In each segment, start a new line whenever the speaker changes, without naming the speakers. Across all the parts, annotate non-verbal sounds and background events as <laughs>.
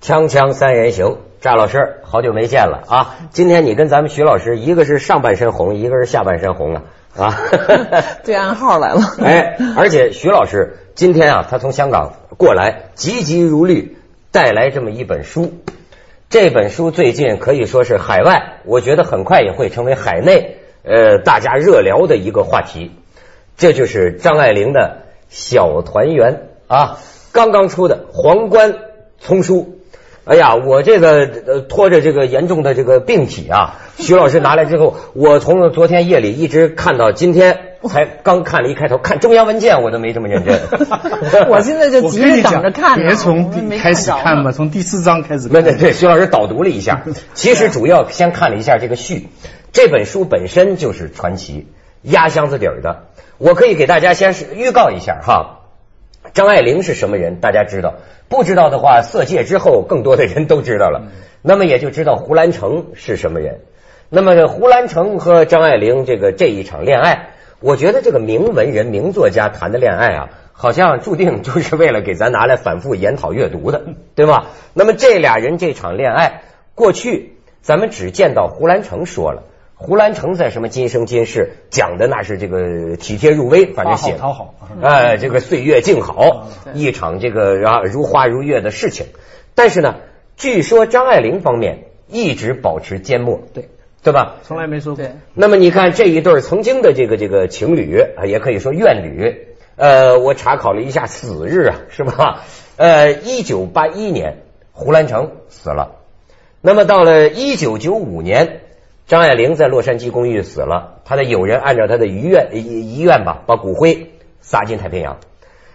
锵锵三人行，赵老师，好久没见了啊！今天你跟咱们徐老师，一个是上半身红，一个是下半身红了啊！
<laughs> 对暗号来了。。
哎，而且徐老师今天啊，他从香港过来，急急如律带来这么一本书。这本书最近可以说是海外，我觉得很快也会成为海内呃大家热聊的一个话题。这就是张爱玲的《小团圆》啊，刚刚出的皇冠丛书。哎呀，我这个呃拖着这个严重的这个病体啊，徐老师拿来之后，我从昨天夜里一直看到今天，才刚看了一开头，看中央文件我都没这么认真
<laughs> 我现在就
我
急
跟
着
你
等
讲
着看呢，
别从
我没
第开始
着
看吧，从第四章开始
那
看。
对对，徐老师导读了一下，其实主要先看了一下这个序。这本书本身就是传奇，压箱子底儿的。我可以给大家先是预告一下哈，张爱玲是什么人，大家知道；不知道的话，《色戒》之后更多的人都知道了。那么也就知道胡兰成是什么人。那么胡兰成和张爱玲这个这一场恋爱，我觉得这个名文人、名作家谈的恋爱啊，好像注定就是为了给咱拿来反复研讨阅读的，对吧？那么这俩人这场恋爱，过去咱们只见到胡兰成说了。胡兰成在什么今生今世讲的那是这个体贴入微，反正写的
讨啊好讨好
哎，这个岁月静好
嗯，对
一场这个啊如花如月的事情。但是呢，据说张爱玲方面一直保持缄默，
对，
对吧？
从来没说过
对。
那么你看这一对儿曾经的这个这个情侣啊，也可以说怨侣。呃，我查考了一下死日啊， <laughs> 是吧？呃，一九八一年胡兰成死了，那么到了一九九五年，张爱玲在洛杉矶公寓死了，她的友人按照她的遗愿遗遗愿吧，把骨灰撒进太平洋。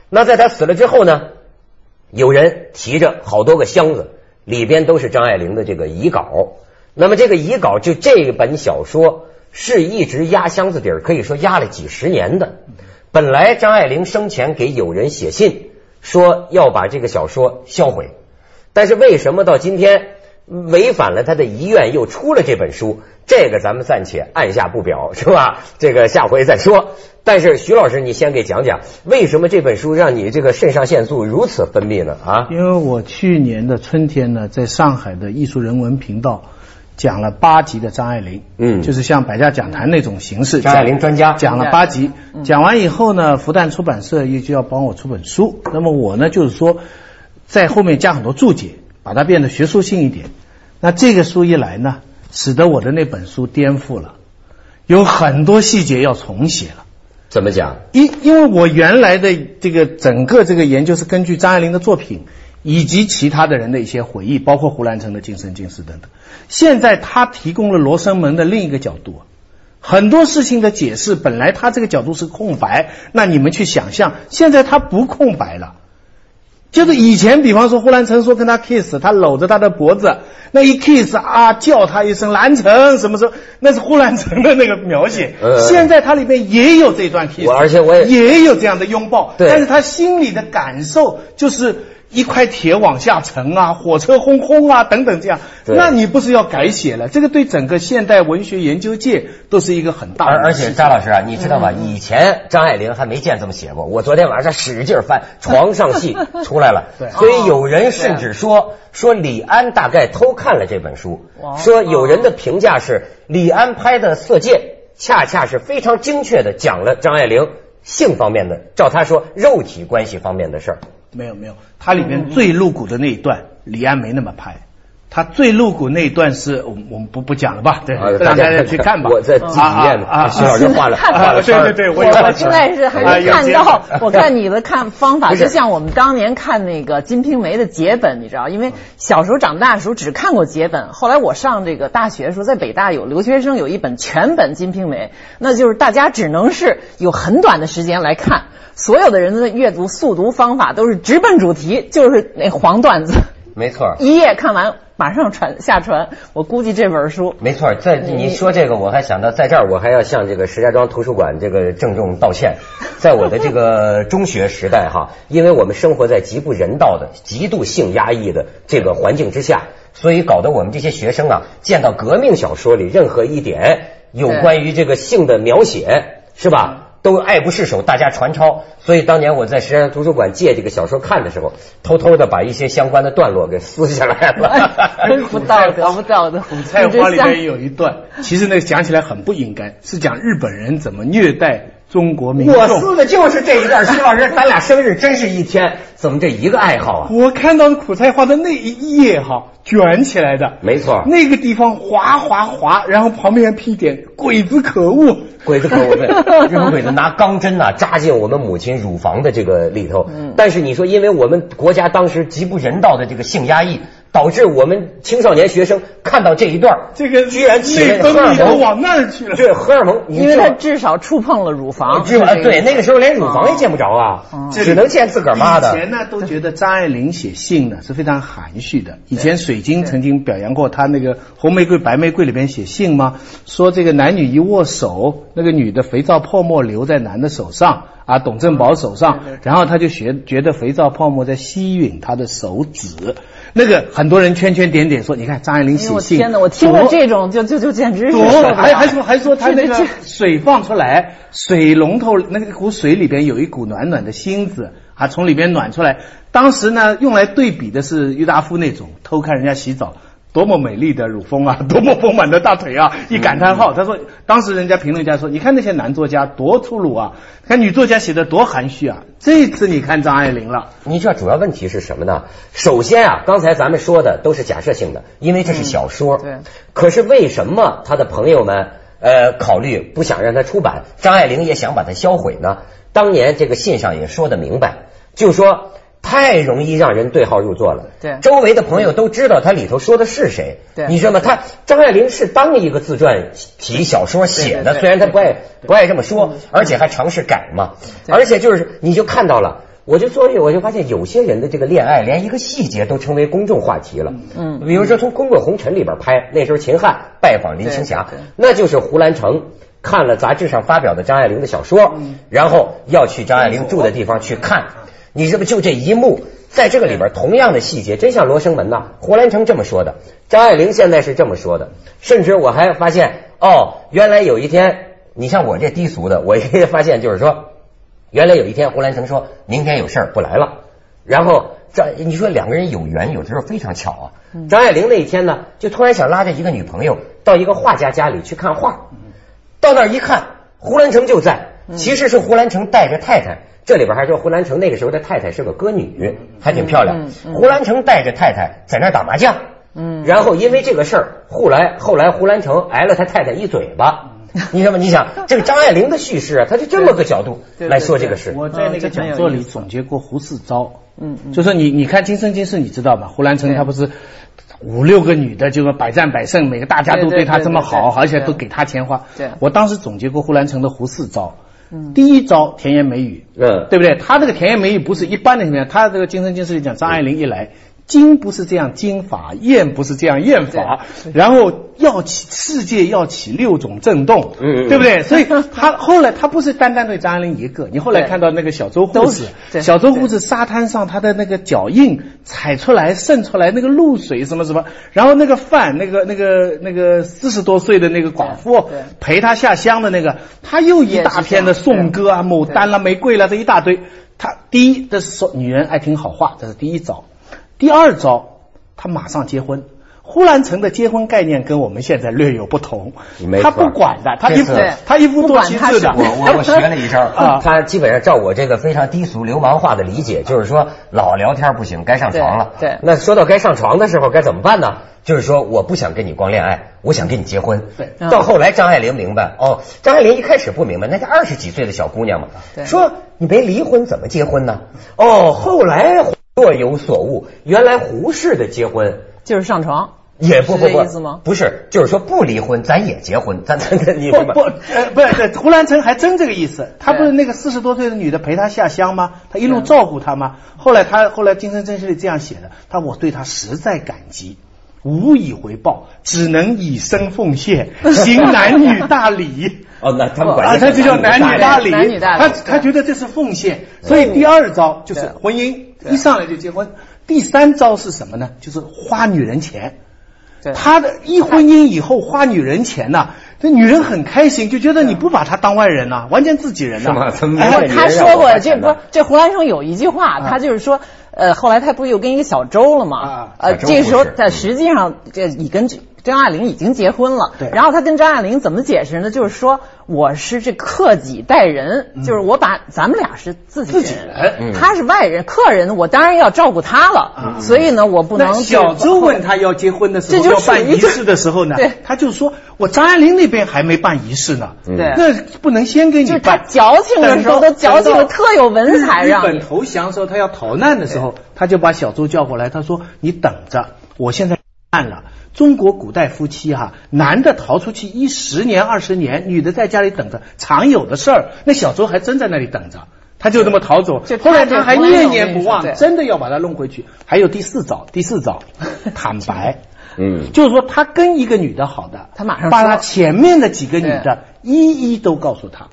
那在她死了之后呢，有人提着好多个箱子，里边都是张爱玲的这个遗稿。那么这个遗稿就这本小说是一直压箱子底儿，可以说压了几十年的。本来张爱玲生前给友人写信说要把这个小说销毁，但是为什么到今天违反了他的遗愿，又出了这本书？这个咱们暂且按下不表，是吧？这个下回再说。但是徐老师，你先给讲讲，为什么这本书让你这个肾上腺素如此分泌呢？啊，
因为我去年的春天呢，在上海的艺术人文频道讲了八集的张爱玲，
嗯
就是像百家讲坛那种形式。
张爱玲专家嗯
讲了八集，讲完以后呢，复旦出版社也就要帮我出本书。那么我呢，就是说在后面加很多注解，把它变得学术性一点。那这个书一来呢，使得我的那本书颠覆了，有很多细节要重写了。
怎么讲？
因因为我原来的这个整个这个研究是根据张爱玲的作品以及其他的人的一些回忆，包括胡兰成的《今生今世》等等。现在他提供了罗生门的另一个角度，很多事情的解释本来他这个角度是空白，那你们去想象，现在他不空白了。就是以前，比方说呼兰成说跟他 kiss，他搂着他的脖子，那一 kiss 啊，叫他一声兰成，什么时候？那是呼兰成的那个描写。
呃
现在他里面也有这段 kiss，
我而且我也
也有这样的拥抱，
对
但是他心里的感受就是一块铁往下沉啊，火车轰轰啊等等这样，
对
那你不是要改写了？这个对整个现代文学研究界都是一个很大的
而而且
事情
张老师啊，你知道吗？以前张爱玲还没见这么写过。我昨天晚上使劲翻，床上戏出来了。
对
所以有人甚至说说李安大概偷看了这本书
哇，
说有人的评价是李安拍的《色戒》恰恰是非常精确的讲了张爱玲性方面的，照他说肉体关系方面的事儿。
没有没有，它里面最露骨的那一段，李安没那么拍。他最露骨那一段是我们我们不不讲了吧？对，
啊
让大家去看吧。啊
我在自己念呢徐 <laughs> 老师画了画了
对
圈儿
对对，
我
有
我现在是
哎
还没看到，我看你的
<laughs>
看方法，
不是
就像我们当年看那个《金瓶梅》的节本，你知道，因为小时候长大的时候只看过节本，后来我上这个大学的时候，在北大有留学生有一本全本《金瓶梅》，那就是大家只能是有很短的时间来看，所有的人的阅读速读方法都是直奔主题，就是那黄段子，
没错儿，
一页看完马上传下传。我估计这本
<laughs>
书
没错儿，在
你
你说这个，我还想到在这儿，我还要向这个石家庄图书馆这个郑重道歉。在我的这个中学时代哈，因为我们生活在极不人道的、极度性压抑的这个环境之下，所以搞得我们这些学生啊，见到革命小说里任何一点有
对
关于这个性的描写，是吧？都爱不释手，大家传抄。所以当年我在石山图书馆借这个小说看的时候，偷偷的把一些相关的段落给撕下来
<laughs>
了。
真哎不道
<laughs>
德，不道德。
《菜花》里面有一段，其实那讲起来很不应该，是讲日本人怎么虐待中国民
我
众。
撕的就是这一段，徐老师，咱俩生日真是一天，怎么这一个爱好啊？
我看到苦菜花的那一页哈，卷起来的，
没错，
那个地方滑滑滑，然后旁边还批点“鬼子可恶
鬼子可我 <laughs> 们日本鬼子拿钢针呐、扎进我们母亲乳房的这个里头。但是你说，因为我们国家当时极不人道的这个性压抑，导致我们青少年学生看到这一段儿”，，
这个
居然起了
内
一个荷尔
分泌都
蒙
往那儿去了。
对荷尔蒙，你
因为
知道
他至少触碰了乳
啊
房，
知道
是
啊
这
对，那个时候连乳房也
哦
见不着啊，
这里
只能见自个儿妈
以
的
前。呢，都觉得张爱玲写信呢是非常含蓄的。以前水晶曾经表扬过她那个《红玫瑰白玫瑰》里边写信吗？说这个男女一握手，那个女的肥皂泡沫留在男的手上啊，董正宝手上，然后他就学觉得肥皂泡沫在吸吮他的手指。那个很多人圈圈点点说，你看张爱
哎呦
玲写
我
信，
天哪，我听了
多
这种就就就简直是受不
多，
了
还还说还说他那
这
个
这
水放出来，水龙头那个股水里边有一股暖暖的芯子啊，从里边暖出来。当时呢，用来对比的是郁达夫那种偷看人家洗澡。多么美丽的乳峰啊， <laughs> 多么丰满的大腿啊！一感叹号，他说，当时人家评论家说，你看那些男作家多粗鲁啊，看女作家写的多含蓄啊。这次你看张爱玲了，
你知道主要问题是什么呢？首先啊，刚才咱们说的都是假设性的，因为这是小说。
嗯对。
可是为什么他的朋友们呃考虑不想让他出版，张爱玲也想把它销毁呢？当年这个信上也说的明白，就说太容易让人对号入座了。
对
周围的朋友都知道他里头说的是谁。
对
你知道吗？他张爱玲是当一个自传体小说写的，
对对对
虽然他不爱不爱这么说，而且还尝试改嘛。而且就是你就看到了。我就所以我就发现有些人的这个恋爱，连一个细节都成为公众话题了。嗯，比如说从《滚滚红尘》里边拍，那时候秦汉拜访林青霞
对对，
那就是胡兰成看了杂志上发表的张爱玲的小说，
嗯
然后要去张爱玲住的地方去
啊
看。你这不就这一幕，在这个里边同样的细节，真像罗生门呐、胡兰成这么说的，张爱玲现在是这么说的，甚至我还发现哦，原来有一天，你像我这低俗的，我也发现就是说，原来有一天胡兰成说明天有事儿不来了，然后张你说两个人有缘，有的时候非常巧啊。
嗯
张爱玲那一天呢，就突然想拉着一个女朋友到一个画家家里去看画，到那儿一看，胡兰成就在，
嗯
其实是胡兰成带着太太。这里边还说胡兰成那个时候的太太是个歌女，还挺漂亮
嗯。
胡兰成带着太太在那儿打麻将，
嗯
然后因为这个事儿，后来后来胡兰成挨了他太太一嘴巴。
嗯
你知道吗？你想这个张爱玲的叙事啊，她是这么个角度
对对
来说这个
对
事。
我在那个
嗯这很有
啊讲座
意
里
思
总结过胡适招，
嗯嗯
就说你你看《今生今世》，你知道吧？胡兰成
对
他不是五六个女的，就是百战百胜，每个大家都
对对
对他这么好，
对对对
而且都给他钱花。
对
我当时总结过胡兰成的胡适招
嗯，
第一招甜言美语，
嗯，
对不对？他这个甜言美语不是一般的什么呀？他这个《今生今世》里讲张爱玲一来。经不是这样经法，验不是这样验法，然后要起世界要起六种震动，
嗯嗯嗯
对不对？所以
<laughs>
他后来他不是单单对张爱玲一个，你后来
对
看到那个小周护
都是
士，
对
小周护士沙滩上他的那个脚印踩出来渗出来那个露水什么什么，然后那个范那个那个那个四十多岁的那个寡妇
对对
陪他下乡的那个，他又一大片的颂歌啊、
对
牡丹啦、玫瑰啦这一大堆。他第一，这是说女人爱听好话，这是第一招。第二招，他马上结婚。呼兰城的结婚概念跟我们现在略有不同
没，错
他不管的，他一夫
这次
他一夫多妻制的，
不
<laughs> 我我我学了一招
啊
他基本上照我这个非常低俗流氓化的理解，就是说老聊天不行，该上床了。
对对
那说到该上床的时候该怎么办呢？就是说我不想跟你光恋爱，我想跟你结婚。
对
嗯
到后来张爱玲明白，哦，张爱玲一开始不明白，那是二十几岁的小姑娘嘛，
对
说你没离婚怎么结婚呢？哦，后来若有所悟，原来胡适的结婚。
就是上床。
也不
是
不
这
不，
意思吗
不是，就是说不离婚，咱也结婚，咱咱咱你
不
明白
不，呃，不是，胡兰成还真这个意思。他
对
不是那个四十多岁的女的陪他下乡吗？他一路照顾她吗？后来他后来《今生今世》里这样写的，他我对他实在感激。无以回报，只能以身奉
<laughs>
献，行男女大礼。
哦，那他们管
啊，
这
他就叫
个
男女大
哎
礼，
男女大礼
他
对
他觉得这是奉献，所以第二招就是
对
婚姻，一上来就结婚。第三招是什么呢？就是花女人钱。
对
他的一婚姻以后花女人钱呐、这女人很开心，就觉得你不把她当外人呐、完全自己人呐、
嗯是吗怎么
哎
外人让
他
我
说过
看
这
看
不
呢
是这胡兰成有一句话，他就是说，呃，后来他不是又跟一个小周了吗
啊？
呃，
小周
这
不
时候
是
在
嗯
实际上这已跟张爱玲已经结婚了。
对
然后他跟张爱玲怎么解释呢？就是说我是这克己待人，就是我把咱们俩是自己
自己
人，
人嗯
他是外人，客人我当然要照顾他了，所以呢，我不能
那小
就是
周问他要结婚的时
这
候，
就
要
属于
办仪式的时候呢
对，
他就说：“我张爱玲那边还没办仪式呢，
对
那不能先给你
就是
办。”
他矫情的时候都矫情的特有文采，
日
让
本
你
投降的时候，他要逃难的时候，他就把小周叫过来，他说：“你等着，我现在办了。”中国古代夫妻哈、男的逃出去一十年二十年，女的在家里等着，常有的事儿。那小周还真在那里等着，他就这么逃走
就。
后来
他
他还
这个朋友
念念不
那
忘，
是对
真的要把他弄回去。还有第四招，第四
<laughs>
招，坦白。
嗯，
就是说，他跟一个女的好的，
他马上
把
说
他前面的几个女的一一都告诉他，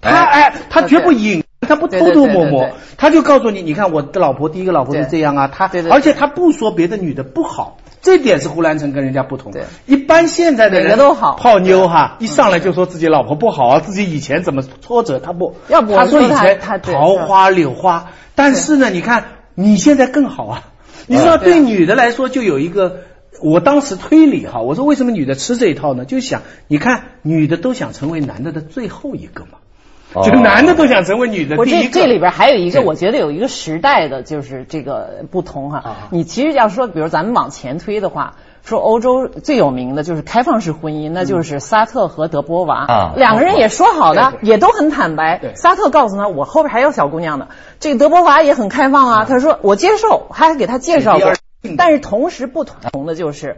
他
哎
哎，他绝不隐，他不偷偷
对
摸
对对对
摸
对，
他就告诉你，你看我的老婆第一个老婆是这样啊，他
对对对
而且他不说别的女的不好，这点是胡兰成跟人家不同
对。
一般现在的
每个
人
都好
泡妞哈，一上来就说自己老婆不好啊，自己以前怎么挫折，他不，
要不我
他
们
说以
说他
前
他对
桃花柳花，但是呢，你看你现在更好啊，你知道
对啊
对女的来说就有一个。我当时推理哈，我说为什么女的吃这一套呢？就想，你看女的都想成为男的的最后一个嘛，就
哦
男的都想成为女的
我
第
这
一个。
这里边还有一个，
对
我觉得有一个时代的就是这个不同哈、
啊
你其实要说，比如咱们往前推的话。说欧洲最有名的就是开放式婚姻，
嗯
那就是萨特和德波娃、
啊
两个人也说好的，
对
也都很坦白
对。
萨特告诉他，我后边还有小姑娘呢。这个德波娃也很开放啊，他说我接受，还给他介绍过
对第二性。
但是同时不同的就是，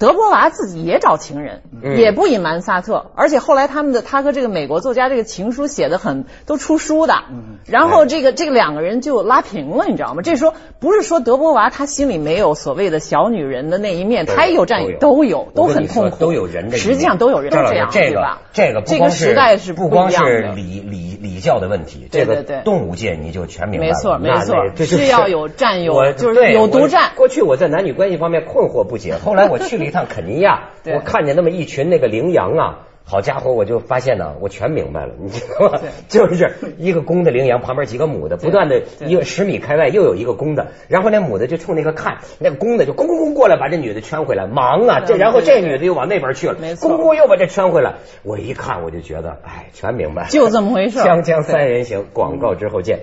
德波娃自己也找情人，
嗯
也不隐瞒萨特，而且后来他们的他和这个美国作家这个情书写的很都出书的，
嗯
然后这个这个两个人就拉平了，你知道吗？这时候不是说德波娃她心里没有所谓的小女人的那一面，
都有
她也有占有，都有都
我跟
很
你说
痛苦，
都有人的一面。
实际上都有人
赵老
这
师
样，
这
对
个
吧？
这个不
这个
光是
时代是
不
不
光
一样
是
的。
礼礼礼教的问题，
对
这
对
个
对
动物界你就全明白了。
没错
那
没错
那这就是
要有占有
我
就是
对
有
我
独占
过去我在男女关系方面困惑不
<laughs>，
解，后来我去了一趟肯尼亚
对
我看见那么一群那个羚羊啊。好家伙，我就发现呢，我全明白了，你知道吗？ <laughs> 就是一个公的羚羊，旁边几个母的，不断的
对
一个十米开外又有一个公的，然后那母的就冲那个看，那个公的就咣咣咣过来把这女的圈回来，忙啊，这
嗯
然后
对
这女的又往那边去了，
没错
咣咣又把这圈回来，我一看我就觉得，哎，全明白了，
就这么回事儿
锵锵三人行，广告之后见。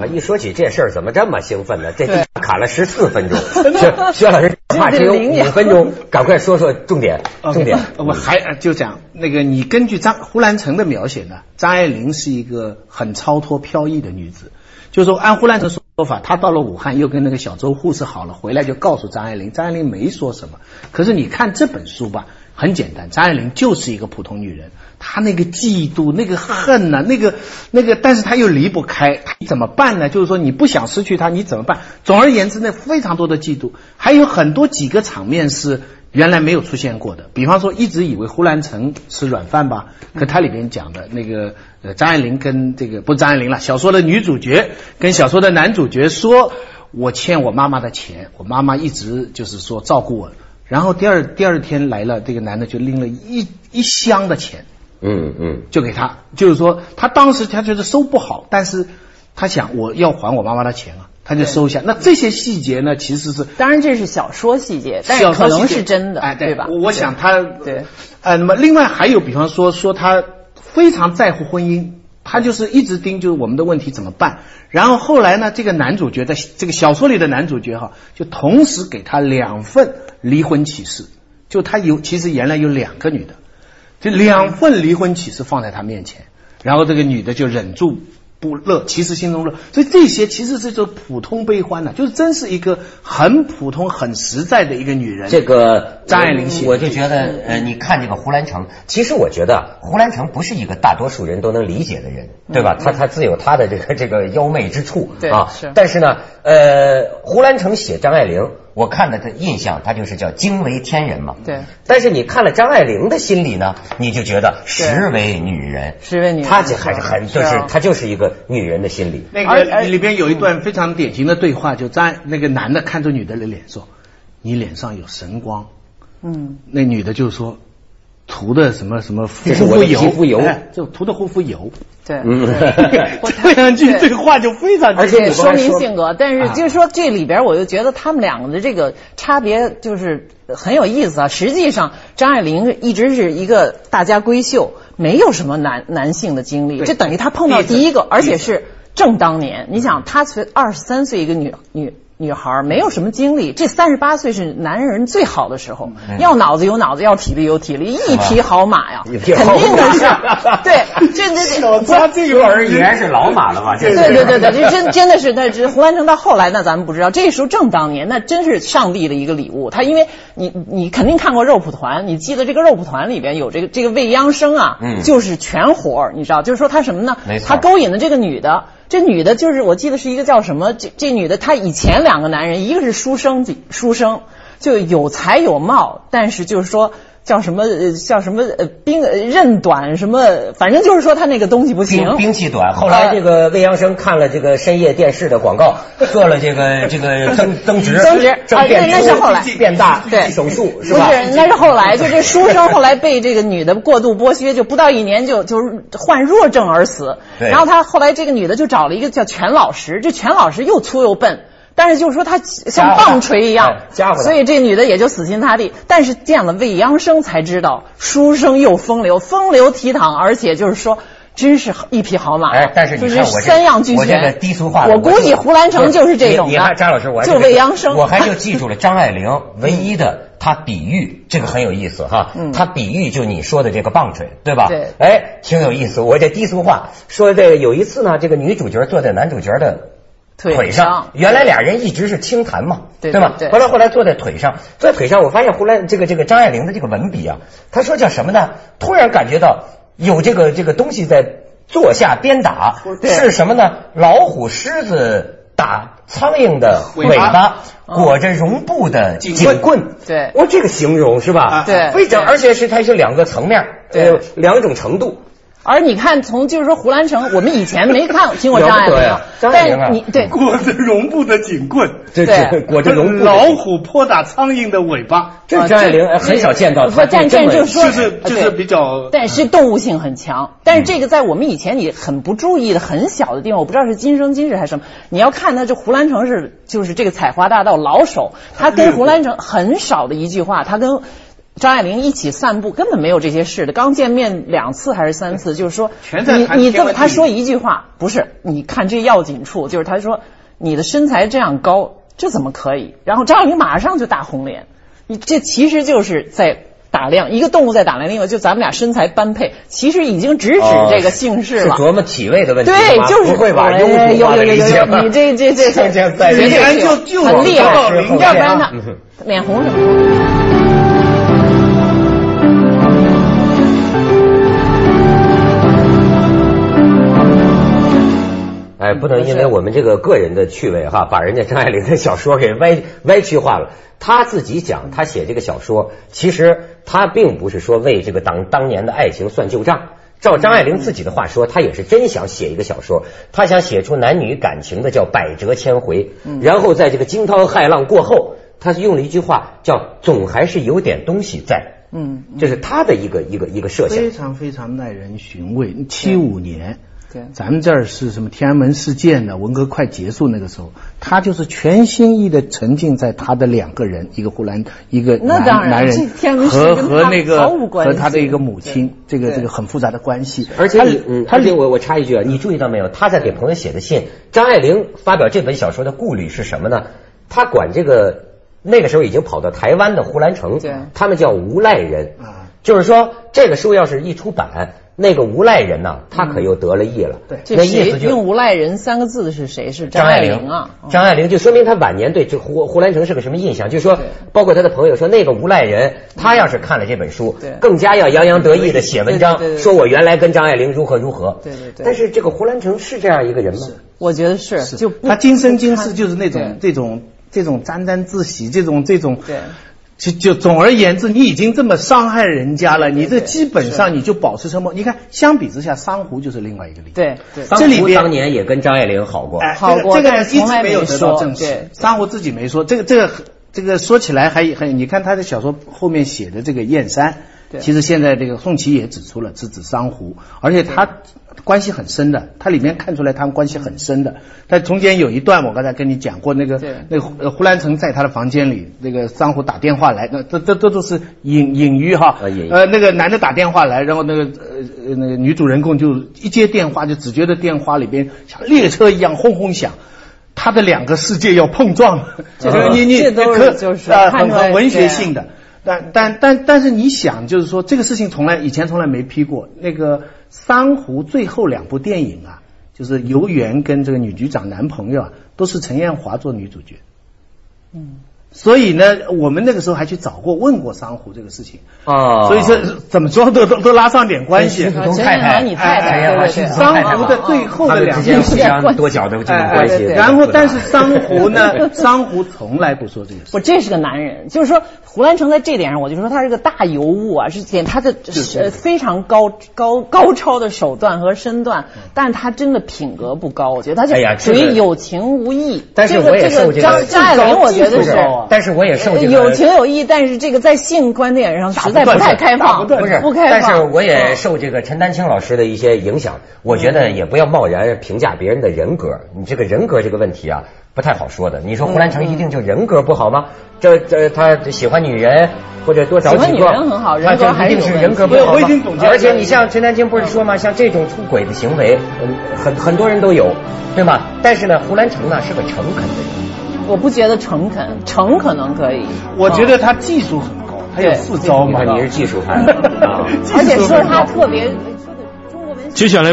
啊，一说起这事儿，怎么这么兴奋呢？这地卡了十四
<laughs>
分钟，薛薛老师话只有五分钟，赶快说说重点，重点。
呃我还呃就讲那个，你根据张胡兰成的描写呢，张爱玲是一个很超脱飘逸的女子。就是说，按胡兰成说法，她到了武汉又跟那个小周护士好了，回来就告诉张爱玲，张爱玲没说什么。可是你看这本书吧，很简单，张爱玲就是一个普通女人，她那个嫉妒、那个恨呐、那个那个，但是她又离不开，她怎么办呢？就是说你不想失去她，你怎么办？总而言之呢，非常多的嫉妒，还有很多几个场面是原来没有出现过的。比方说，一直以为呼兰城吃软饭吧，可它里边讲的那个呃张爱玲跟这个不是张爱玲了，小说的女主角跟小说的男主角说，我欠我妈妈的钱，我妈妈一直就是说照顾我。然后第二第二天来了，这个男的就拎了一一箱的钱，
嗯嗯，
就给他，就是说他当时他觉得收不好，但是他想我要还我妈妈的钱啊，他就收下。那这些细节呢，其实是
当然这是小说细节，但
小
是
说
可能
细节
是真的，
哎，对
吧？
我我想他
对，
呃，那么另外还有，比方说说他非常在乎婚姻。他就是一直盯，就是我们的问题怎么办。然后后来呢，这个男主角的这个小说里的男主角哈、就同时给他两份离婚启事，就他有其实原来有两个女的，这两份离婚启事放在他面前，然后这个女的就忍住不乐，其实心中乐。所以这些其实是就普通悲欢呐、就是真是一个很普通、很实在的一个女人。
这个
张爱玲写的
我就觉得，呃，你看这个胡兰成，其实我觉得胡兰成不是一个大多数人都能理解的人，对吧？他他自有他的这个这个妖媚之处
嗯对
啊
是。
但是呢，呃，胡兰成写张爱玲，
我看了他印象，他就是叫惊为天人嘛。
对，
但是你看了张爱玲的心理呢，
你就觉得实为女人，
十位女人，
她就还是很就是
啊
她就是一个女人的心理。
那
而而
个里边有一段非常典型的对话，就张那个男的看着女的的脸说：“你脸上有神光。”
嗯，
那女的就说：“涂的什么什么护
这是我的
肤油，
皮肤油
哎就涂的护肤油。
<laughs>
对，
嗯
对我
这样一句对话就非常
而且
对，说明性格，但是
啊
就是说这里边，我就觉得他们两个的这个差别就是很有意思啊。实际上，张爱玲一直是一个大家闺秀，没有什么男男性的经历，
对
这等于她碰到
弟子
第一个，而且是正当年。你想，她才二十三岁，一个女女。女孩儿没有什么经历，这三十八岁是男人最好的时候，要脑子有脑子，要体力有体力，一匹好马呀，
嗯一
肯
匹好马 <laughs>
定的是，对，这这这，
他这个而
已然是老马了吧？这
对对对对，这真真的是，那这胡兰成到后来，那咱们不知道，这时候正当年，那真是上帝的一个礼物。他因为你你肯定看过《肉蒲团》，你记得这个《肉蒲团》里边有这个这个未央生啊，
嗯
就是全活儿，你知道，就是说他什么呢
没？错
他勾引的这个女的。这女的就是我记得是一个叫什么，这这女的她以前两个男人，一个是书生，书生就有才有貌，但是就是说叫什么呃叫什么呃兵呃刃短什么，反正就是说他那个东西不行啊
兵，兵器短，后
后
来
来这个未央生看了这个深夜电视的广告，做了这
<laughs>
个这个增增值
增值啊
变
那那是后来
变大
对
手术是
不
吧？
是，那是后来，就这书生后来被这个女的过度剥削，就不到一年就就是患弱症而死。
对
然后他后来这个女的就找了一个叫全老师，这全老师又粗又笨。但是就是说他像棒槌一样
家伙的哎家伙的
所以这女的也就死心塌地。但是见了未央生才知道，书生又风流，风流倜傥，而且就是说，真是一匹好马。
哎，但是
就
你
是
看我这
三样俱全。
我这个低俗化的，
我估计
就
胡兰成就是这种
你
的。
你看张老师，我还
就
这个
未央生，
我还就记住了张爱玲
<laughs>
唯一的她比喻，这个很有意思哈。她比喻就你说的这个棒槌，对吧？
嗯对
哎，挺有意思。我这低俗话说这个有一次呢，这个女主角坐在男主角的腿上，原来俩人一直是轻谈嘛，
对
吧？
对对
后来后来坐在腿上，坐在腿上，我发现胡兰这个这个张爱玲的这个文笔啊，她说叫什么呢？突然感觉到有这个这个东西在坐下鞭打，
对
是什么呢？老虎、狮子打苍蝇的
尾
尾
巴
巴，裹着绒布的
警
警棍。
对
我这个形容是吧
啊？
对
非常，
对
而且是它是两个层面，呃，两种程度。
而你看，从就是说胡兰成，我们以前没看听过张
了
爱
不得
玲
呀，
张爱玲啊
但你对
裹着绒布的警棍，
这
对
这裹着绒布的
老虎泼打苍蝇的尾巴，
这张爱玲哎很少见到
不
她
但
这
但
么
就是啊说呃
就是就是比较嗯
但是动物性很强，但是这个在我们以前也很不注意的很小的地方，我不知道是今生今世还是什么。你要看呢，这胡兰成是就是这个采花大盗老手，他跟胡兰成很少的一句话，他跟张爱玲一起散步，根本没有这些事的。刚见面两次还是三次，就是说
全在
你
谈
你
天
这么
问地
他说一句话，不是你看这要紧处，就是他说你的身材这样高，这怎么可以？然后张爱玲马上就大红脸，你这其实就是在。打量一个动物在打量另一个，就咱们俩身材般配，其实已经直指这个姓氏
是
了。
琢磨体位的问题，
对
吧，
就是
不会把
哎
庸俗化的
有有
理
有
解
有
吧
有，你这这
<laughs>
这
锵锵三
这
人
这
行
然就就
很厉害
往这儿，
说
要不然呢
嗯哼
<laughs> 脸红什嗯么？
哎，不能因为我们这个个人的趣味哈，把人家张爱玲的小说给歪歪曲化了。她自己讲，她写这个小说，其实她并不是说为这个当当年的爱情算旧账。照张爱玲自己的话说，她也是真想写一个小说，她想写出男女感情的叫百折千回，然后在这个惊涛骇浪过后，她用了一句话叫“总还是有点东西在”，
嗯，
这是她的一个一个一个设想
非。常非常耐人寻味。七五年，
对
咱们这儿是什么天安门事件呢？文革快结束那个时候，他就是全心意的沉浸在他的两个人，一个胡兰，一个
那
男
当然
男
这
人
天安门事
和
件跟他
和那个
毫无关
和他的
系
一个母亲，这个
对
这个很复杂的关系。
而且
他
你，嗯，
他
而且我我插一句啊，你注意到没有？他在给朋友写的信，张爱玲发表这本小说的顾虑是什么呢？他管这个那个时候已经跑到台湾的胡兰成
对，
他们叫无赖人，
啊，
就是说这个书要是一出版，那个无赖人呐、他可又得了意了。
对
嗯这
那意思
谁
就
用“无赖人”三个字的是谁？是
张
张
爱
爱
玲
玲啊。嗯
张爱玲就说明她晚年对这胡胡兰成是个什么印象？就是说
对，
包括她的朋友说，那个无赖人，他要是看了这本书
对，
更加要洋洋得意的写文
对对
章，
对对
说我原来跟张爱玲如何如何。
对对对
但是这个胡兰成是这样一个人吗？
我觉得是，就不
他今生今世就是那种
对
这种这种沾沾自喜，这种这种
对。
就就总而言之，你已经这么伤害人家了，你这基本上你就保持沉默。你看，相比之下，珊瑚就是另外一个例子。
对对
这里边
当年也跟张爱玲好过，
哎，
好过
这个这
但
个
是
一
从来
直没有
没
得到
说
证
对
实。珊瑚自己没说，这个这个这个说起来还很，你看他的小说后面写的这个燕山
对，
其实现在这个宋琦也指出了是指珊瑚，而且他关系很深的，他里面看出来他们关系很深的。但中间有一段我刚才跟你讲过，那个
对
那个胡呃胡兰成在他的房间里，那个珊瑚打电话来，那这这这都是隐隐喻哈
啊
呃隐喻，
呃，那个男的打电话来，然后那个呃呃那个女主人公就一接电话，就只觉得电话里边像列车一样轰轰响。他的两个世界要碰撞了，
<laughs> 这
就是 <laughs> 你你
这都是
可
就是
呃
看
很
出来
很文
对
学性的，但但但但是你想，就是说这个事情从来以前从来没批过。那个珊瑚最后两部电影啊，就是游园跟这个女局长男朋友啊，都是陈艳华做女主角。
嗯
所以呢，我们那个时候还去找过、问过珊瑚这个事情，
哦
所以说怎么说都都都拉上点关系。
跟徐子
啊陈
东
建
太
华
太，
你太
哎
太，
哎
对啊
哎
对对，
珊瑚的最后
他
的
们之
两
间
部
互
戏，
相多角的这种关
哎
系
对，
然后但是珊瑚 <laughs> 呢，珊瑚从来不说这个事。
我这是个男人，就是说胡兰成在这点上，我就说他是个大尤物啊，是点他的呃非常高高高超的手段和身段，但是他真的品格不高，我觉得他就
哎呀
属
这个
于有情无义。
但是我也
这
受
个
这
张
个，
张爱玲，我觉得是。哎呃
但是我也受这个
有情有义，但是这个在性观点上实在不太开放，
不是，
不开放。
但
嗯
是我也受这个陈丹青老师的一些影响，我觉得也不要贸然评价别人的人格。你这个人格这个问题啊，不太好说的。你说
嗯
胡兰成一定就人格不好吗？这这他喜欢女人或者多找
喜
几
欢
个，
女人很好人格
他
还
就一
是有
定
问题
是人格不好吗。
我已经总结了
而且你像陈丹青不是
嗯
说吗？像这种出轨的行为，嗯很很多人都有，对吗？但是呢，胡兰成呢是个诚恳的人。
我不觉得诚恳，诚可能可以。啊
我觉得他技术很高，他有副招
你
嘛。 <laughs>
看你是技术派的啊。
而且说他特别说的中国文学。
接下来